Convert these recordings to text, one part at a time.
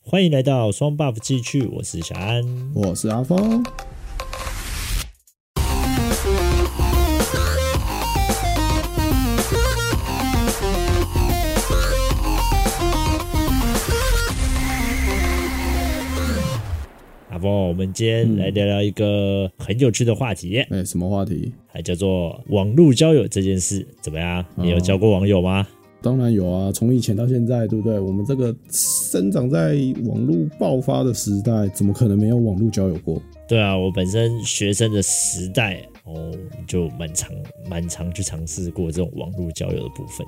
欢迎来到双 buff 继续，我是小安。我是阿峰。阿峰，我们今天来聊聊一个很有趣的话题，哎、什么话题？还叫做网络交友这件事，怎么样？你有交过网友吗？当然有啊，从以前到现在，对不对？我们这个生长在网络爆发的时代，怎么可能没有网络交友过？对啊，我本身学生的时代哦，就蛮常蛮常去尝试过这种网络交友的部分，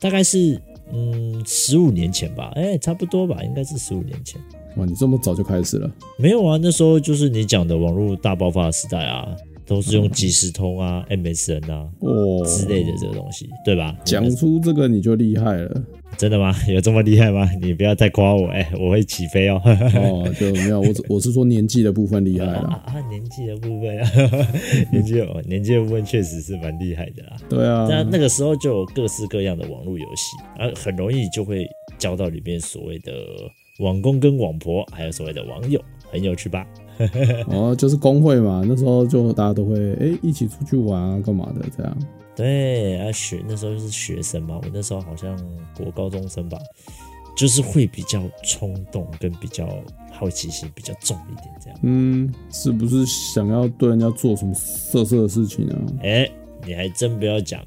大概是嗯十五年前吧，哎、差不多吧，应该是十五年前。哇，你这么早就开始了？没有啊，那时候就是你讲的网络大爆发的时代啊，都是用即时通啊、MSN 啊哦， 之类的这个东西，对吧？讲出这个你就厉害了真的吗？有这么厉害吗？你不要再夸我，哎、我会起飞哦。哦，就没有我只我是说年纪的部分厉 害了。啊啊！年纪的部分， 年纪有年纪的部分确实是蛮厉害的啦。对啊，那那个时候就有各式各样的网络游戏，啊，很容易就会交到里面所谓的网工跟网婆，还有所谓的网友，很有趣吧？哦，就是工会嘛，那时候就大家都会哎、一起出去玩啊，干嘛的这样。对，啊学那时候是学生嘛，我那时候好像国高中生吧，就是会比较冲动跟比较好奇心比较重一点这样。嗯，是不是想要对人家做什么色色的事情啊？哎，你还真不要讲，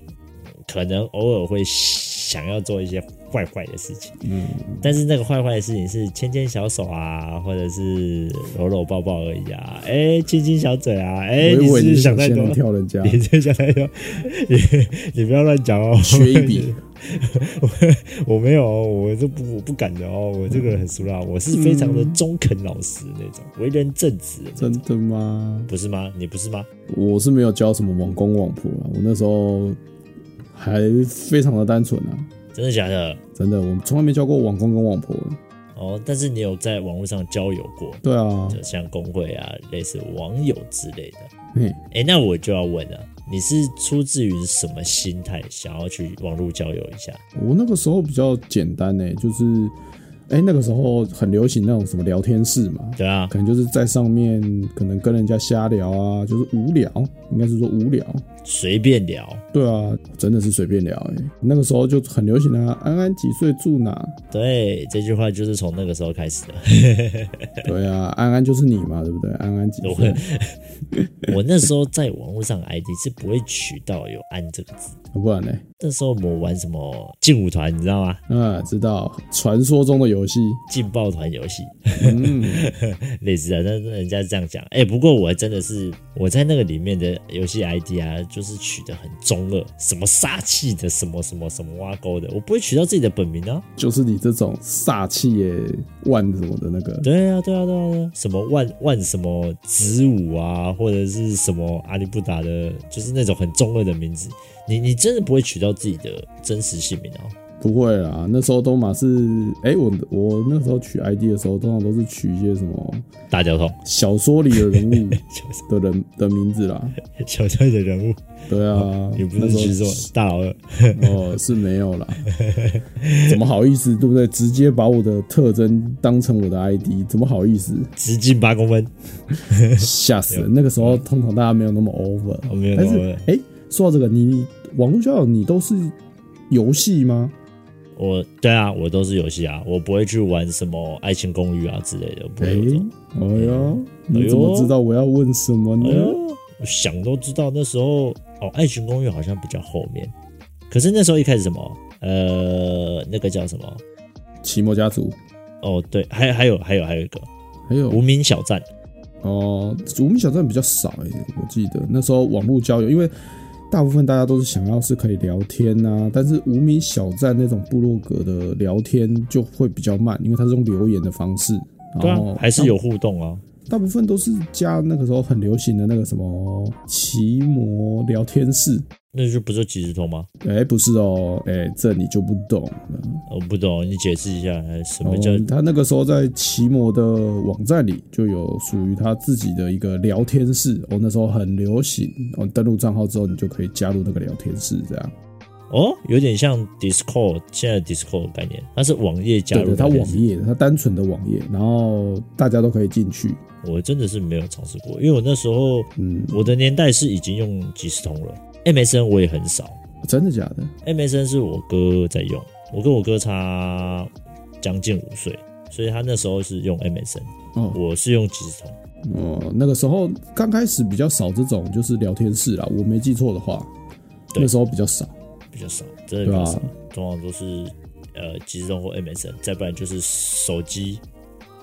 可能偶尔会想要做一些坏坏的事情，嗯，但是那个坏坏的事情是牵牵小手啊，或者是搂搂抱抱而已啊，哎，亲亲小嘴啊，哎，我你是以不为是你想想太先多， 跳人家，你是想太多， 你你不要乱讲哦，缺一笔。 我没有，我这不我不敢的哦，我这个人很俗辣，我是非常的中肯老实那种，为人正直的那 真种，的吗？不是吗？你不是吗？我是没有交什么网工网婆啊，我那时候还非常的单纯啊，真的假的？真的，我从来没交过网工跟网婆。哦，但是你有在网络上交友过，对啊，就像公会啊，类似网友之类的。嘿，哎、那我就要问了，你是出自于什么心态想要去网络交友一下？我那个时候比较简单呢、就是，哎、那个时候很流行那种什么聊天室嘛，对啊，可能就是在上面可能跟人家瞎聊啊，就是无聊，应该是说无聊。随便聊，对啊，真的是随便聊哎、那个时候就很流行啊，安安几岁住哪？对，这句话就是从那个时候开始的。对啊，安安就是你嘛，对不对？安安几我岁？我那时候在网络上的 ID 是不会取到有“安”这个字。不然呢？那时候我们玩什么劲舞团，你知道吗？啊，知道传说中的游戏，劲爆团游戏嗯， 类似的，但是人家是这样讲。哎、不过我真的是我在那个里面的游戏 ID 啊，就是取得很中二，什么杀气的，什么什么什么挖沟的，我不会取到自己的本名啊。就是你这种煞气耶万什么的那个，对啊，对啊，对啊，对啊什么万万什么子午啊，或者是什么阿里不达的，就是那种很中二的名字。你你真的不会取到自己的真实姓名啊？不会啦，那时候都嘛是，哎、我我那时候取 ID 的时候，通常都是取一些什么大交通，小说里的人物小的 人的名字啦，小帅的人物，对啊，哦也不那是取什时候么大老二。哦，是没有啦，怎么好意思，对不对？直接把我的特征当成我的 ID，怎么好意思？直径八公分，吓死人！那个时候通常大家没有那么 over，、哦没有那但么是 over 哎、说到这个，你网络交友你都是游戏吗？我对啊，我都是游戏啊，我不会去玩什么《爱情公寓》啊之类的，不哎、会有这种。哎呦，你怎么知道我要问什么呢哎？呦，我想都知道那时候哦，《爱情公寓》好像比较后面，可是那时候一开始什么呃，那个叫什么？奇摩家族，哦，对，还还有还有还有一个还有无名小站，哦，无名小站比较少一点，我记得那时候网络交友，因为大部分大家都是想要是可以聊天呐、但是无名小站那种部落格的聊天就会比较慢，因为它是用留言的方式。对然啊后，还是有互动啊。大部分都是加那个时候很流行的那个什么奇摩聊天室。那就不是即时通吗？哎、不是哦，哎、这你就不懂了。我哦不懂，你解释一下，哎什么哦叫？他那个时候在奇摩的网站里就有属于他自己的一个聊天室，哦，那时候很流行。哦，登录账号之后，你就可以加入那个聊天室，这样。哦，有点像 Discord 现在 Discord 的概念，它是网页加对入对，它的概念网页，它单纯的网页，然后大家都可以进去。我真的是没有尝试过，因为我那时候嗯，我的年代是已经用即时通了，MSN 我也很少真的假的？ ，MSN 是我哥在用，我跟我哥差将近五岁，所以他那时候是用 MSN，哦我是用即时通。哦，那个时候刚开始比较少这种就是聊天室啦，我没记错的话，对那时候比较少。比较少，真的比对较啊少，通常都是呃即时通或 MSN，再不然就是手机。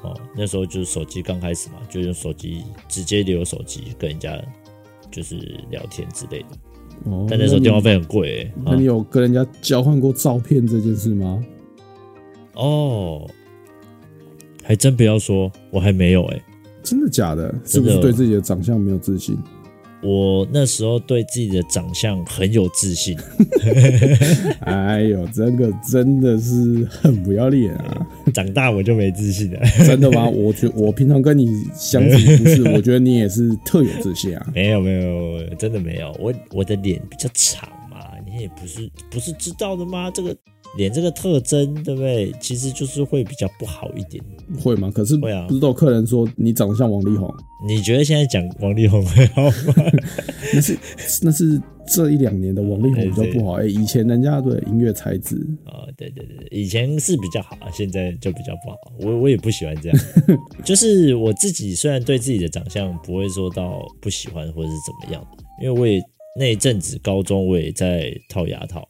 哦，那时候就是手机刚开始嘛，就用手机直接留手机跟人家就是聊天之类的。哦，但那时候你电话费很贵、欸、那啊你。有跟人家交换过照片这件事吗？哦，还真不要说，我还没有哎、真的假的？是不是对自己的长相没有自信？ 我那时候对自己的长相很有自信，哎呦，这个真的是很不要脸啊！ 长大我就没自信了。 真的吗？我觉我平常跟你相处 不是，我觉得你也是特有自信啊。没有没有，真的没有。我我的脸比较长嘛，你也不是不是知道的吗？这个脸这个特征，对不对？其实就是会比较不好一点。会吗？可是会啊不是都有客人说你长得像王力宏，你觉得现在讲王力宏会好吗？那是那是这一两年的王力宏比较不好。哎、以前人家的音乐才子，啊、对对对，以前是比较好，啊现在就比较不好。我我也不喜欢这样，就是我自己虽然对自己的长相不会说到不喜欢或者是怎么样，因为我也那一阵子高中我也在套牙套，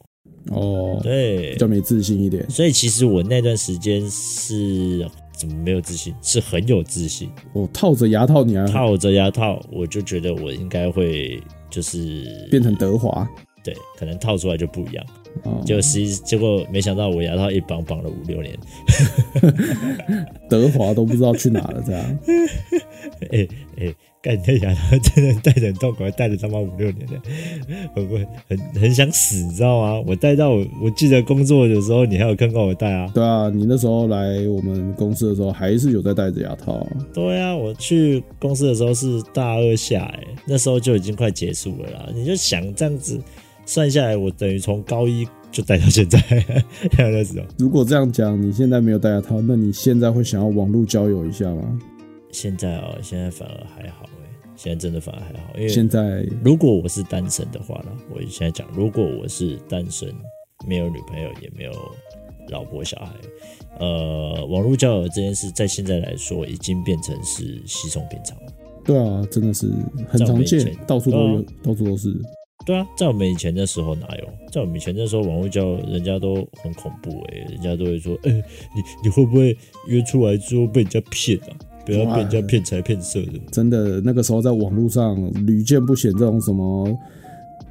哦，对比，较没自信一点。所以其实我那段时间是怎么没有自信，是很有自信，哦，套着牙套你还套着牙套，我就觉得我应该会就是变成德华对，可能套出来就不一样。哦，结果实际结果没想到我牙套一绑绑了五六年，德华都不知道去哪了这样。哎哎，干你的牙套真的戴得很痛苦，还戴了他妈五六年了，我我很很想死，你知道吗？我戴到我我记得工作的时候，你还有看到我戴啊。对啊，你那时候来我们公司的时候，还是有在戴着牙套啊、对啊，我去公司的时候是大二下、欸，那时候就已经快结束了啦。你就想这样子算下来，我等于从高一就待到现在， 还有那时候。如果这样讲，你现在没有戴牙套，那你现在会想要网络交友一下吗？现在哦、现在反而还好哎、现在真的反而还好，因为现在如果我是单身的话啦，我现在讲，如果我是单身，没有女朋友，也没有老婆小孩，呃，网络交友这件事，在现在来说已经变成是稀松平常了。对啊，真的是很这样常没见钱，到处都有，对到处都是。对啊，在我们以前的时候哪有？在我们以前的时候，网络交友人家都很恐怖诶、人家都会说，哎、你你会不会约出来之后被人家骗啊？不要被人家骗财骗色的。真的，那个时候在网络上屡见不鲜这种什么，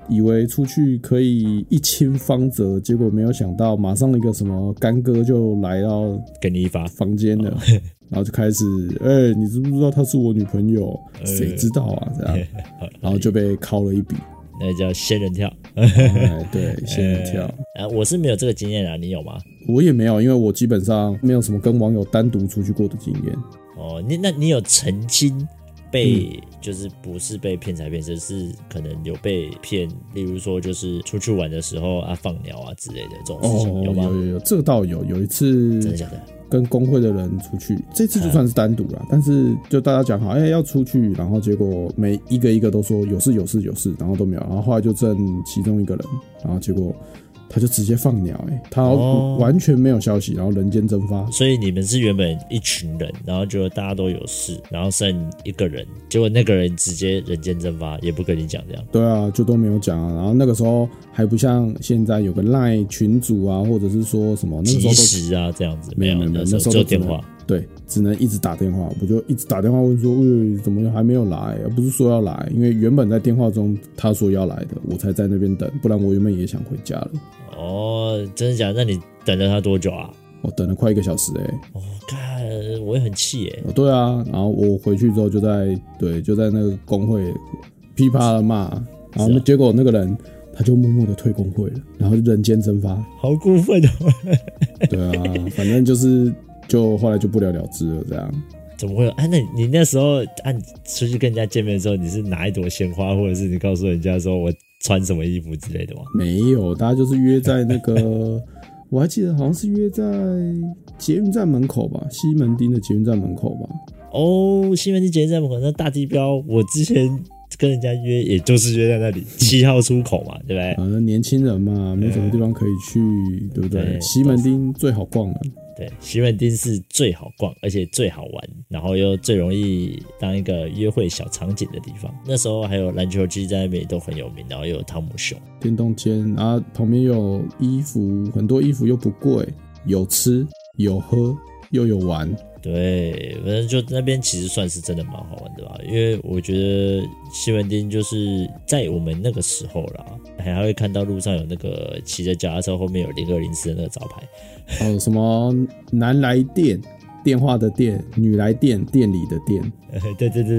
以为出去可以一亲芳泽，结果没有想到马上一个什么干哥就来到给你一发，房间哦了， 然后就开始，哎、你知不知道她是我女朋 友？哎谁知道啊？这样，然后就被敲了 一笔。那叫仙人跳。哎，对，仙人跳。啊，我是没有这个经验啊，你有吗？我也没有，因为我基本上没有什么跟网友单独出去过的经验。哦，你那你有曾经被、嗯就是不是被骗财骗色，是可能有被骗，例如说就是出去玩的时候啊放鸟啊之类的这种事情、有有吗？哦有有，这个倒有。有一次真的假的？跟工会的人出去，这次就算是单独啦，但是就大家讲好，哎、要出去，然后结果每一个一个都说有事有事有事，然后都没有，然后后来就剩其中一个人，然后结果他就直接放鸟、哎，他哦完全没有消息，然后人间蒸发。所以你们是原本一群人，然后就大家都有事，然后剩一个人，结果那个人直接人间蒸发，也不跟你讲这样。对啊，就都没有讲啊。然后那个时候还不像现在有个赖群组啊，或者是说什么，那个时及候都时啊，这样子没有有没有没有时那时候只有都只电能话。对，只能一直打电话，我就一直打电话问说，喂、怎么还没有来？而不是说要来，因为原本在电话中他说要来的，我才在那边等，不然我原本也想回家了。哦，真的假的？那你等了他多久啊？我哦等了快一个小时哎、欸哦，看我也很气耶。哦，对啊，然后我回去之后就在对就在那个工会噼啪的骂，然后是啊结果那个人他就默默的退工会了，然后就人间蒸发。好过分哦！对啊，反正就是就后来就不了了之了这样。怎么会有？啊，那你那时候啊，你出去跟人家见面的时候，你是拿一朵鲜花，或者是你告诉人家说我穿什么衣服之类的吗？没有，大家就是约在那 个，我还记得好像是约在捷运站门口吧，西门町的捷运站门口吧。哦，西门町捷运站门口那大地标，我之前跟人家约，也就是约在那里七号出口嘛，对不对？反正年轻人嘛，没什么地方可以去，对不哎对？对西门町最好逛了。对，西门町是最好逛，而且最好玩，然后又最容易当一个约会小场景的地方。那时候还有篮球机在那边也都很有名，然后又有汤姆熊。电动间，然后旁边又有衣服，很多衣服又不贵，有吃有喝又有玩。对，反正就那边其实算是真的蛮好玩的吧，因为我觉得西门町就是在我们那个时候啦，还还会看到路上有那个骑着脚踏车后面有零二零四的那个招牌， 还有什么男来电，电话的电，女来电，店里的店。对对对对对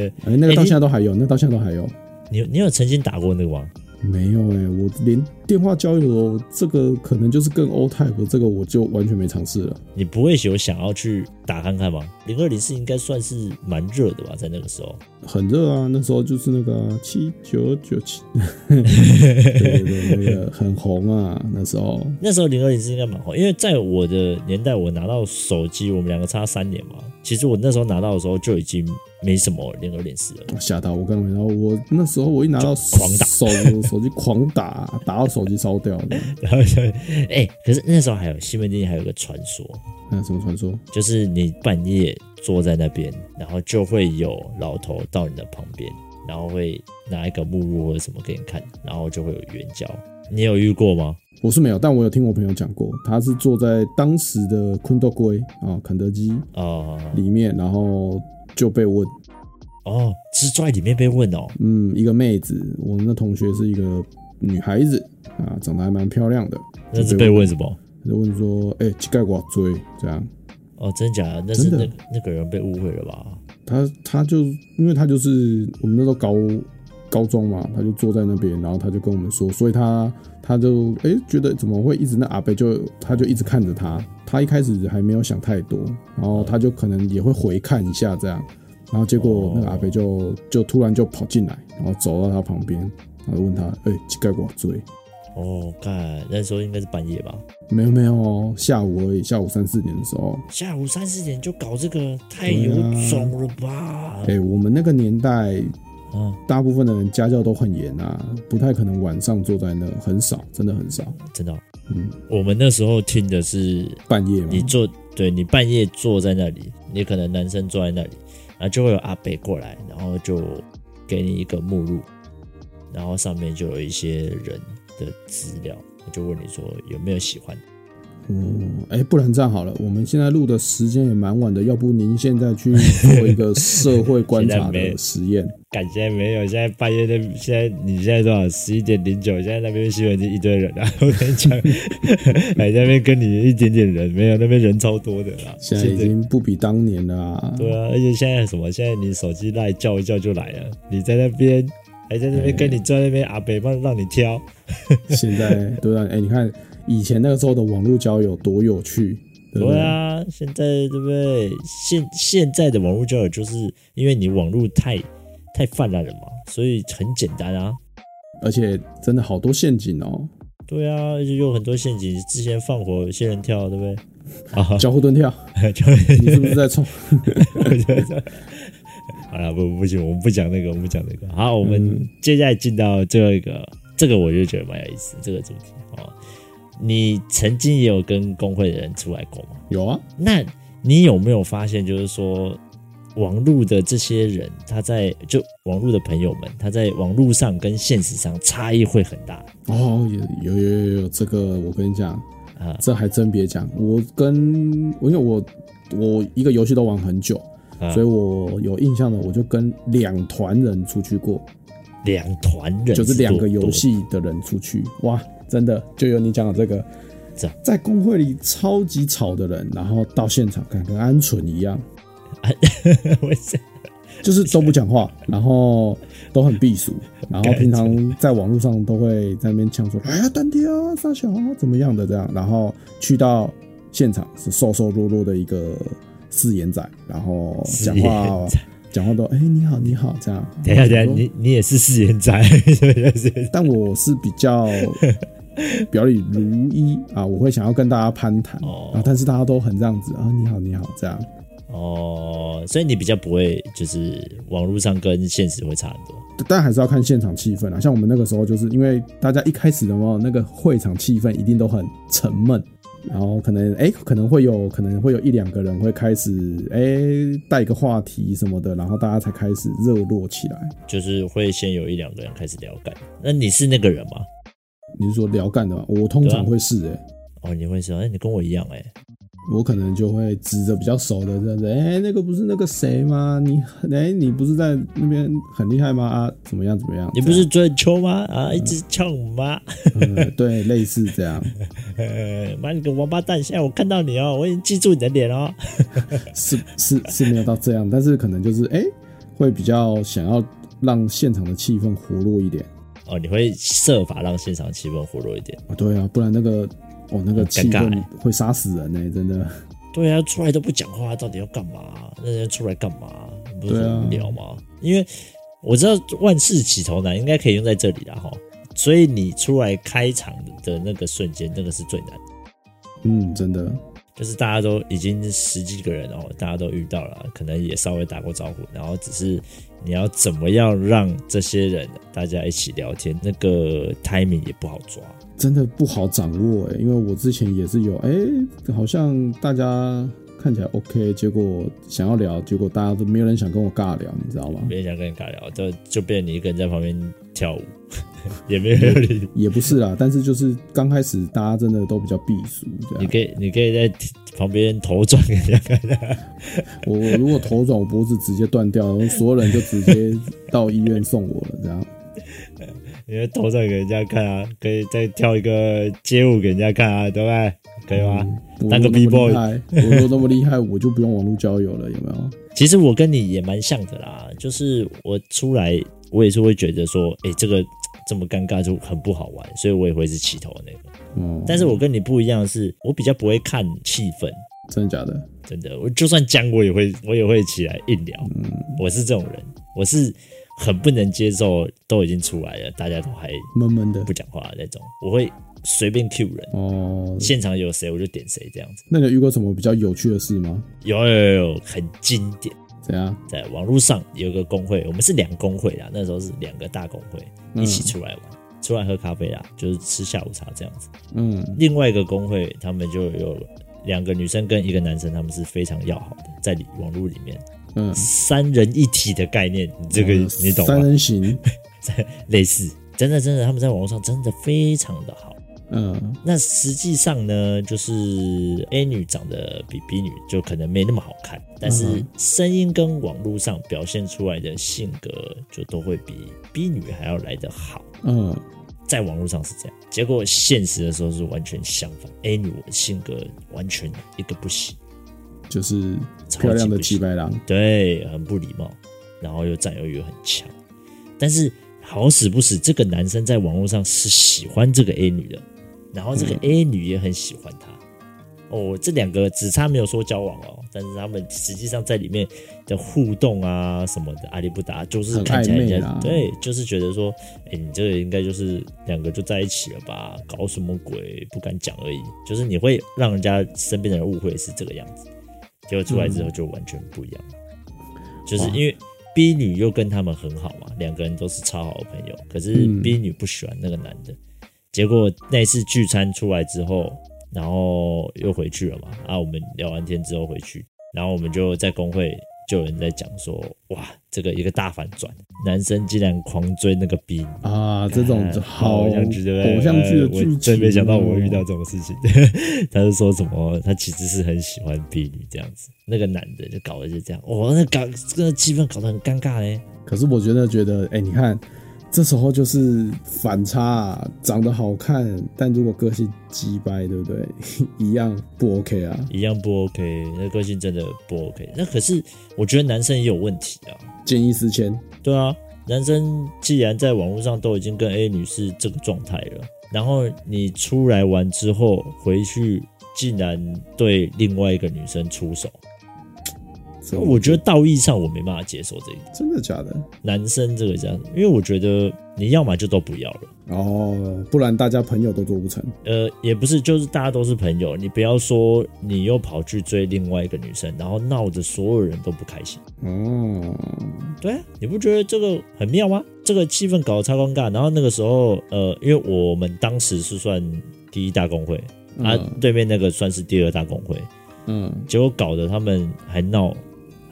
对，哎、那个哎到你现在都还有，那到现在都还有。你有你有曾经打过那个吗？没有哎、我连电话交友这个可能就是更 old type，这个我就完全没尝试了。你不会有想要去打看看吗？零二零四应该算是蛮热的吧，在那个时候。很热啊，那时候就是那个啊七九九七， 对对对，那个很红啊，那时候。那时候零二零是应该蛮红，因为在我的年代，我拿到手机，我们两个差三年嘛。其实我那时候拿到的时候就已经没什么零二零四了。我吓到我刚刚，然后我那时候我一拿到狂打手手机狂打，打到手机烧掉的。然后就，哎、可是那时候还有西门町还有一个传说，那什么传说？就是你半夜坐在那边，然后就会有老头到你的旁边，然后会拿一个目录或者什么给你看，然后就会有援交。你有遇过吗？我是没有，但我有听我朋友讲过，他是坐在当时的昆豆龟啊肯德基哦、里面，然后就被问，哦，是坐在里面被问哦，嗯，一个妹子，我们的同学是一个女孩子啊，长得还蛮漂亮的，那是被问什么？就问说，哎、膝盖我追这样。哦，真假的？那是真那的个那个人被误会了吧？他他就因为他就是我们那时候高高中嘛，他就坐在那边，然后他就跟我们说，所以他他就哎、诶觉得怎么会一直那阿贝就他就一直看着他，他一开始还没有想太多，然后他就可能也会回看一下这样，然后结果那个阿贝就就突然就跑进来，然后走到他旁边，然后问他哎膝盖我追。哦，看那时候应该是半夜吧，没有没有哦，下午而已，下午三四点的时候，下午三四点就搞这个，太对有啊种了吧？哎、我们那个年代嗯，大部分的人家教都很严啊，不太可能晚上坐在那，很少，真的很少。真的哦、嗯，我们那时候听的是半夜嘛你，坐，对你半夜坐在那里，你可能男生坐在那里，然后就会有阿北过来，然后就给你一个目录，然后上面就有一些人的资料，就问你说有没有喜欢。嗯，哎、不然这样好了，我们现在录的时间也蛮晚的，要不您现在去做一个社会观现在察没的实验？感觉没有，现在半夜那现在你现在多少？十一点零九，现在那边西门町一堆人啊！我跟你讲， 哎，那边跟你一点点人没有，那边人超多的啦。现在已经不比当年了、啊。对啊，而且现在什么？现在你手机赖叫一叫就来了，你在那边还在那边跟你坐在那边阿北帮让你挑，现在对啊，哎、你看以前那个时候的网络交友多有趣，对不对啊，现在对不对？现现在的网络交友就是因为你网络太太泛滥了嘛，所以很简单啊。而且真的好多陷阱哦，对啊，而且有很多陷阱，之前放火有些人跳，对不对？啊， 交互蹲跳，就你是不是在冲？我觉得。好了，不不行，我们不讲那个，我们不讲那个。好，我们嗯接下来进到最后一个，这个我就觉得蛮有意思，这个主题哦。你曾经也有跟工会的人出来过吗？有啊，那你有没有发现，就是说，网络的这些人，他在就网络的朋友们，他在网络上跟现实上差异会很大哦，有有有有有，这个我跟你讲，啊？这还真别讲，我跟我因为我我一个游戏都玩很久，啊所以我有印象的，我就跟两团人出去过，两团人就是多两个游，戏的人出去，哇，真的就有你讲的这个这样，在公会里超级吵的人，然后到现场看跟鹌鹑一样，多我想就是都不讲话，然后都很 避暑，然后平常在网络上都会在那边 呛说：“哎呀，单挑啊，傻小啊，怎么样的这样。”然后去到现场是瘦瘦弱弱的一个四眼仔，然后讲四话眼仔讲话都哎、你好你好这样。等一下，等一下，我说你你也是誓言宅，是不是？但我是比较表里如一啊，我会想要跟大家攀谈、哦啊，但是大家都很这样子啊，你好你好这样。哦，所以你比较不会，就是网络上跟现实会差很多。但还是要看现场气氛啊。像我们那个时候，就是因为大家一开始的话，那个会场气氛一定都很沉闷，然后可能哎、可能会有可能会有一两个人会开始哎、带个话题什么的，然后大家才开始热络起来。就是会先有一两个人开始聊感。那你是那个人吗？你是说聊干的吗？我通常会是哎、哦，你会说，哎、你跟我一样、哎，我可能就会指着比较熟的这样子，哎、那个不是那个谁吗？你哎、你不是在那边很厉害吗？啊，怎么样怎么样？你不是追秋吗？啊，一直呛我妈，这样、嗯对，类似这样。呃 妈你个王八蛋！现在我看到你哦，我已经记住你的脸哦。是是是没有到这样，但是可能就是哎、诶会比较想要让现场的气氛活络一点哦，你会设法让现场气氛活络一点。啊。对啊，不然那个哦那个很尴气尬氛欸会杀死人呢、真的。对啊，出来都不讲话，到底要干嘛？那人出来干嘛？不是对很啊无聊吗？因为我知道万事起头难，应该可以用在这里啦哈。所以你出来开场的那个瞬间，那个是最难的，嗯，真的，就是大家都已经十几个人哦，大家都遇到了，可能也稍微打过招呼，然后只是你要怎么样让这些人大家一起聊天，那个 timing 也不好抓。真的不好掌握哎、因为我之前也是有哎、诶好像大家看起来 OK，结果想要聊，结果大家都没有人想跟我尬聊，你知道吗？没人想跟你尬聊，就就变你一个人在旁边跳舞， 也没有人理你。也不是啦，但是就是刚开始大家真的都比较避俗这样你。可以，你可以在旁边头转 给人家看。我我如果头转，我脖子直接断掉，然后所有人就直接到医院送我了，这样。你会头转给人家看啊，可以再跳一个街舞给人家看啊，对不对？可以吗？嗯我当个都那 B 么 boy 厉害，我都那么厉害，我就不用网络交友了，有没有？其实我跟你也蛮像的啦，就是我出来，我也是会觉得说，哎、这个这么尴尬就很不好玩，所以我也会是起头的那个。哦，但是我跟你不一样的是，我比较不会看气氛，真的假的？真的，我就算僵，我也会，我也会起来硬聊。我是这种人，我是很不能接受，都已经出来了，大家都还闷闷的不讲话的那种，我会随便 Q 人，哦。现场有谁我就点谁这样子。那你有遇过什么比较有趣的事吗？有有有，有很经典，怎样？在网络上有个工会，我们是两工会啦，那时候是两个大工会嗯一起出来玩。出来喝咖啡啦，就是吃下午茶这样子。嗯，另外一个工会，他们就有两个女生跟一个男生，他们是非常要好的，在里网络里面，嗯三人一体的概念，你这个呃你懂三吗？人行，类似，真的真的，他们在网络上真的非常的好。嗯那实际上呢，就是 A 女长得比 B 女就可能没那么好看，但是嗯声音跟网络上表现出来的性格就都会比 B 女还要来得好，嗯，在网络上是这样。结果现实的时候是完全相反，A 女我性格完全一个不行，就是超级漂亮的不行几白狼，对，很不礼貌，然后又占有欲很强，但是好死不死，这个男生在网络上是喜欢这个 A 女的，然后这嗯个 A 女也很喜欢他。哦，这两个只差没有说交往哦，但是他们实际上在里面的互动啊什么的，阿里不达就是很看起来人暧昧啊家啦对，就是觉得说，哎，你这个应该就是两个就在一起了吧，搞什么鬼，不敢讲而已，就是你会让人家身边的人误会是这个样子。结果出来嗯之后就完全不一样，就是因为 B 女又跟他们很好嘛，两个人都是超好的朋友，可是嗯 B 女不喜欢那个男的，结果那次聚餐出来之后，然后又回去了嘛，啊，我们聊完天之后回去，然后我们就在工会就有人在讲说，哇，这个一个大反转，男生竟然狂追那个 B 女。啊，这种看偶好哎像剧对不对？偶像剧的呃剧情我哦，真没想到我遇到这种事情。 他就说什么，他其实是很喜欢 B 女这样子，那个男的就搞的就这样，哇、那搞这个气氛搞得很尴尬嘞。可是我觉得，觉得，哎、你看，这时候就是反差、啊，长得好看，但如果个性鸡掰，对不对？ 一样不 OK 啊，一样不 OK，那个性真的不 OK。那可是我觉得男生也有问题啊，见异思迁。对啊，男生既然在网络上都已经跟 A 女是这个状态了，然后你出来玩之后回去，竟然对另外一个女生出手，所以我觉得道义上我没办法接受这一点，真的假的？男生这个这样，因为我觉得你要么就都不要了。哦，不然大家朋友都做不成。呃，也不是，就是大家都是朋友，你不要说你又跑去追另外一个女生，然后闹着所有人都不开心。哦，对啊，你不觉得这个很妙吗？这个气氛搞得超尴尬。然后那个时候，呃，因为我们当时是算第一大公会，啊，嗯对面那个算是第二大公会，嗯，结果搞得他们还闹，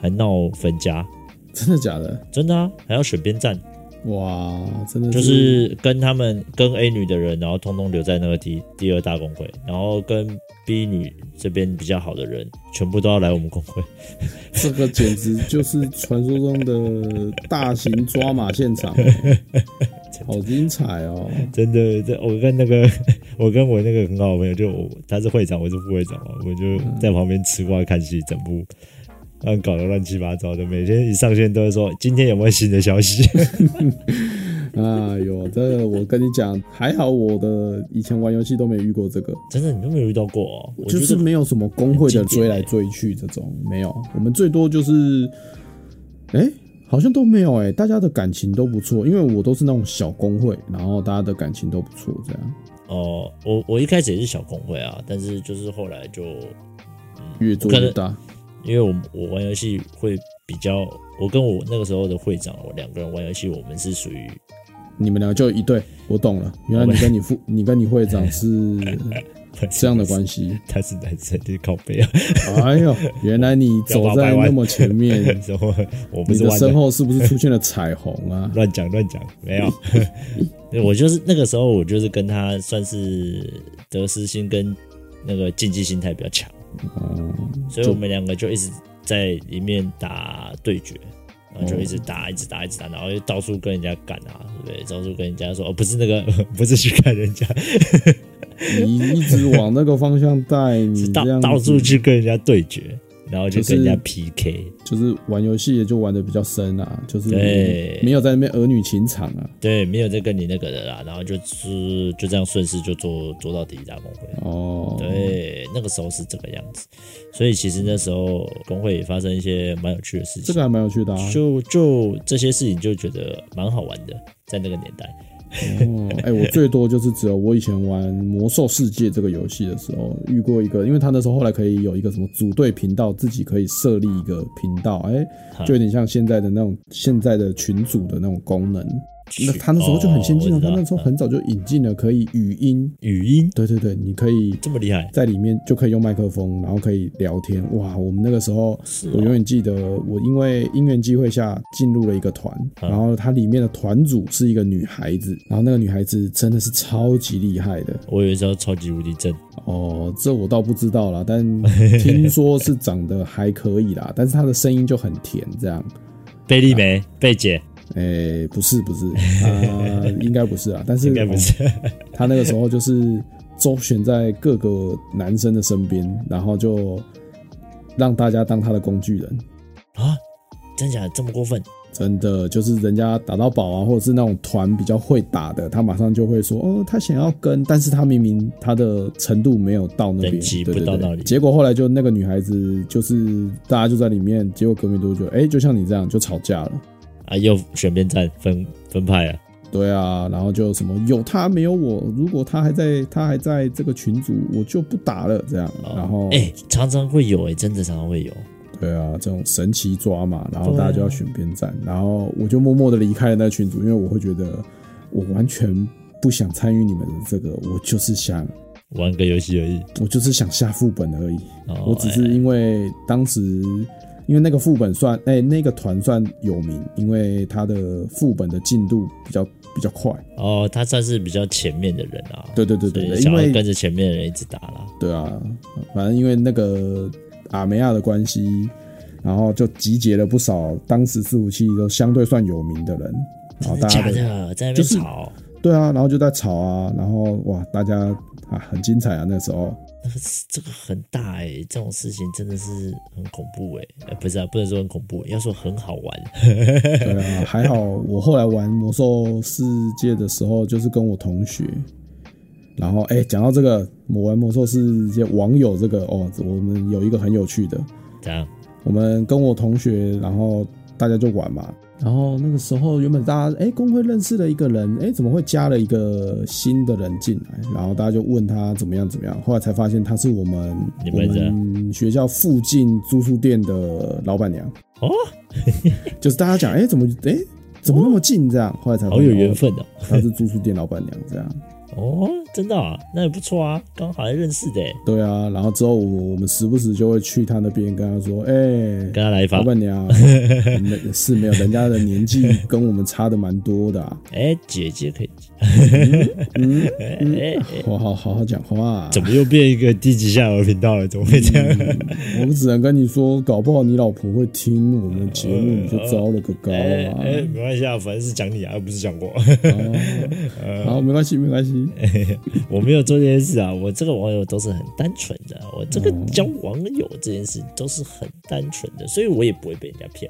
还闹分家，真的假的？真的啊，还要选边站，哇，真的就是跟他们跟 A 女的人，然后通通留在那个第第二大公会，然后跟 B 女这边比较好的人，全部都要来我们公会。 这个简直就是传说中的大型抓马现场， 好精彩哦！真的，这我跟那个 我跟我那个很好的朋友，就我他是会长，我是副会长嘛，我就在旁边吃瓜看戏，整部让搞得乱七八糟的，每天一上线都会说今天有没有新的消息。 哎呦，这个我跟你讲，还好我的以前玩游戏都没遇过这个，真的，你都没有遇到过、哦，我觉就得是没有什么工会的追欸来追去这种，没有。我们最多就是，哎、好像都没有哎、大家的感情都不错，因为我都是那种小工会，然后大家的感情都不错，这样哦、我我一开始也是小工会啊，但是就是后来就越做越大。因为我我玩游戏会比较，我跟我那个时候的会长，我两个人玩游戏，我们是属于你们两个就一对，我懂了，原来你跟你副，你跟你会 长是 这样的关系。他是男生，就是靠背啊， 哎呦，原来你走在那么前面，然后我不你是的玩身后是不是出现了彩虹啊？乱讲乱讲，没有。 我就是那个时候，我就是跟他算是得失心跟那个竞技心态比较强，嗯，所以我们两个就一直在里面打对决，然后就一哦直打，一直打，一直打，然后又到处跟人家干啊，对不对？到处跟人家说，哦，不是那个， 不是去看人家，你一直往那个方向带，你 是这到样到子处去跟人家对决，然后就跟人家 PK。就是玩游戏也就玩的比较深啊，就是对没有在那边儿女情长啊。对，没有再跟你那个的啦，然后就是就这样顺势就做做到第一大公会。哦，对，那个时候是这个样子，所以其实那时候工会也发生一些蛮有趣的事这情，个还蛮有趣的啊。就就这些事情就觉得蛮好玩的，在那个年代，哦，哎、我最多就是只有我以前玩《魔兽世界》这个游戏的时候遇过一个，因为他那时候后来可以有一个什么组队频道，自己可以设立一个频道，哎、就有点像现在的那种现在的群组的那种功能。那他那时候就很先进哦我了，知他道那时候嗯很早就引进了可以语音，语音对对对，你可以这么厉害，在里面就可以用麦克风，然后可以聊天。哇，我们那个时候是我哦永远记得，我因为因缘机会下进入了一个团，嗯然后它里面的团主是一个女孩子，然后那个女孩子真的是超级厉害的我有时候超级无敌正，哦，这我倒不知道啦， 但听说是长得还可以啦，但是她的声音就很甜，这样，贝利梅贝姐诶、不是不是， 啊，应该不是啊，但是应该不是，他那个时候就是周旋在各个男生的身边，然后就让大家当他的工具人。啊，真假的这么过分？真的就是人家打到宝啊，或者是那种团比较会打的，他马上就会说哦，他想要跟，但是他明明他的程度没有到那边，等级对不对到对。那里结果后来就那个女孩子就是大家就在里面，结果隔没多久，哎、就像你这样就吵架了。啊，又选边站分分派啊，对啊，然后就什么有他没有我，如果他还在他还在这个群组，我就不打了这样。然后哎、常常会有哎、真的常常会有，对啊，这种神奇抓嘛，然后对啊大家就要选边站，然后我就默默的离开了那个群组，因为我会觉得我完全不想参与你们的这个，我就是想玩个游戏而已。我就是想下副本而已，哦我只是因为当时因为那个副本算哎、那个团算有名，因为他的副本的进度比较比较快，哦，他算是比较前面的人啊，对对对对所对，以因想要为跟着前面的人一直打啦。对啊，反正因为那个阿梅亚的关系，然后就集结了不少当时伺服器都相对算有名的人，然后大家假都的，在那就边是吵，对啊，然后就在吵啊，然后哇，大家啊很精彩啊那时 候，那个是这个很大哎、这种事情真的是很恐怖哎、呃不是啊，不能说很恐怖、要说很好玩。对啊，还好我后来玩魔兽世界的时候，就是跟我同学。然后，哎，讲到这个，我玩魔兽世界网友这个哦，我们有一个很有趣的，怎样？我们跟我同学，然后大家就玩嘛。然后那个时候原本大家哎工会认识了一个人，哎怎么会加了一个新的人进来？然后大家就问他怎么样怎么样，后来才发现他是我们你我们的们学校附近租书店的老 板娘。哦，就是大家讲哎、怎么哎、怎么那么近这样，后来才好有缘，分哦。哦她是住宿店老板娘这样。哦，真的啊，那也不错啊，刚好还认识的耶，对啊，然后之后我我们时不时就会去她那边跟她说，哎、跟他来一发老。板娘，没是没有，人家的年纪跟我们差的蛮多的、啊。哎，姐姐可以，嗯，哎， 哎好好好好讲话、啊。怎么又变一个低级下流频道了？怎么会这样？我只能跟你说，搞不好你老婆会听我们的节目，你就糟了个糕哎啊！哎，没关系啊，反正是讲你啊，又不是讲我。 呃啊好，没关系，没关系。我没有做这件事啊，我这个网友都是很单纯的，啊我这个嗯交网友这件事都是很单纯的，所以我也不会被人家骗，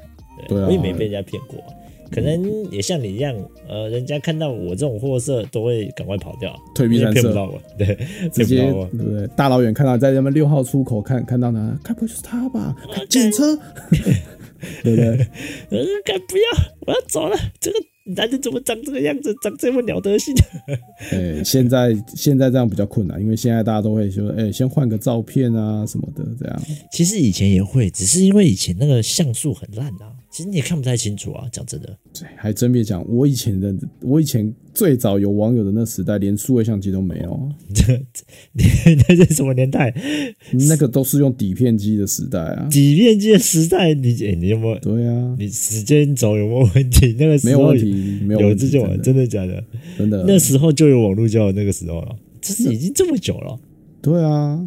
对对啊我也没被人家骗过，啊可能也像你一样，呃，人家看到我这种货色都会赶快跑掉，啊退避因为三骗舍不到我，对，骗不直接到啊我，对不对？大老远看到在他们六号出口看看到呢，该不会就是他吧？看警车， 对不对？呃，干不要，我要走了，这个男人怎么长这个样子，长这副鸟德性？啊哎、现在现在这样比较困难，因为现在大家都会说，哎、先换个照片啊什么的，这样。 其实以前也会，只是因为以前那个像素很烂啊，其实你也看不太清楚啊，讲真的，对还真别讲，我以前的我以前最早有网友的那时代，连数位相机都没有， 那是什么年代？那个都是用底片机的时代啊。底片机的时代，你、欸、你有没有？对啊，你时间轴有没有问题？那个时没候有问，题，没有有问这题，种啊真的呃真的假的？真的那时候就有网络交友，那个时候了，这是已经这么久了对啊。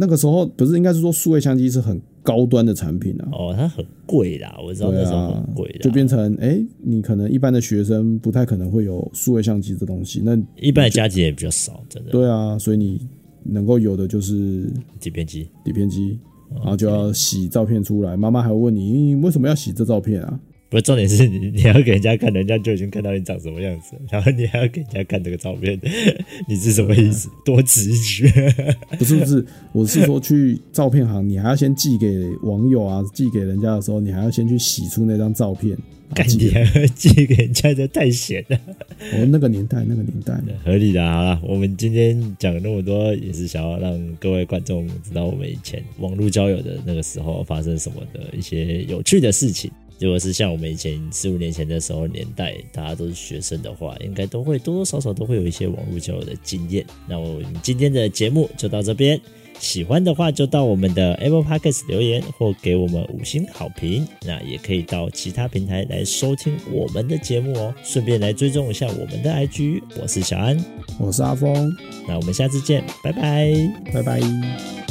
那个时候不是应该是说数位相机是很高端的产品啊，哦，它很贵啦，我知道对那时候啊很贵，的就，变成哎、诶你可能一般的学生不太可能会有数位相机这东西。那一般的家庭也比较少，真的啊对啊，所以你能够有的就是底片机。底片机，然后就要洗照片出来。妈妈还会问你，你为什么要洗这照片啊？ 不是重点是 你，你要给人家看，人家就已经看到你长什么样子 了，然后你还要给人家看这个照片， 你是什么意思？多此一举。 不是不是，我是说去照片行，你还要先寄给网友啊，寄给人家的时候，你还要先去洗出那张照片。哦干寄你给还要寄给人家，这太闲了。我那个年代，那个年代，合理的，啊好啦，我们今天讲了那么多，也是想要让各位观众知道我们以前网络交友的那个时候发生什么的一些有趣的事情。如果是像我们以前四五年前的时候年代，大家都是学生的话，应该都会多多少少都会有一些网络交友的经验。那我们今天的节目就到这边，喜欢的话就到我们的 Apple Podcast 留言或给我们五星好评。那也可以到其他平台来收听我们的节目哦，顺便来追踪一下我们的 IG。我是小安，哦我是阿峰，那我们下次见，拜拜。拜拜。